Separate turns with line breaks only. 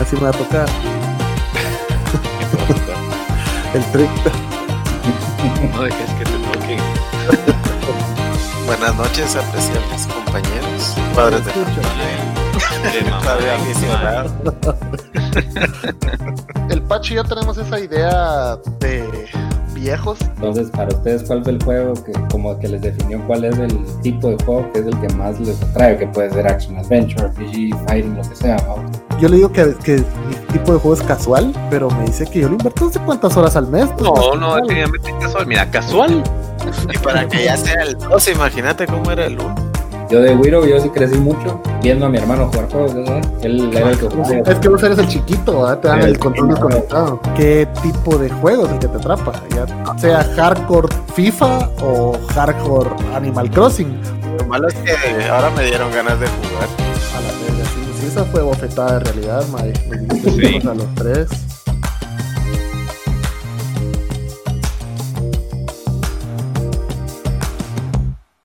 Así me va a tocar. El 30.
No dejes que te toque.
Buenas noches, apreciables compañeros, padres
Ah,
de
De mamá,
Padre aficionado.
El Pacho y yo tenemos esa idea de viejos.
Entonces, para ustedes, ¿cuál fue el juego que como que les definió cuál es el tipo de juego que es el que más les atrae? Que puede ser Action Adventure, RPG, Fighting, lo que sea, ¿no?
Yo le digo que, que mi tipo de juego es casual, pero me dice que yo lo invierto no sé cuántas horas al mes. pues,
No, no,
casual.
definitivamente casual. Mira, casual.
Y para que ya sea el 2, imagínate cómo era el 1.
Yo de Wiro, yo sí crecí mucho viendo a mi hermano jugar juegos, ¿verdad? Él era el que jugaba.
Es que vos eres el chiquito, ¿verdad? te dan
El
el control
chiquito.
desconectado.
¿Qué tipo de juego es el que te atrapa? Ya sea hardcore FIFA o hardcore Animal Crossing.
Lo malo es que ahora me dieron ganas de jugar.
A la verga, sí, sí, esa fue bofetada de realidad, Mae. Me dijiste que
Sí.
íbamos a los tres.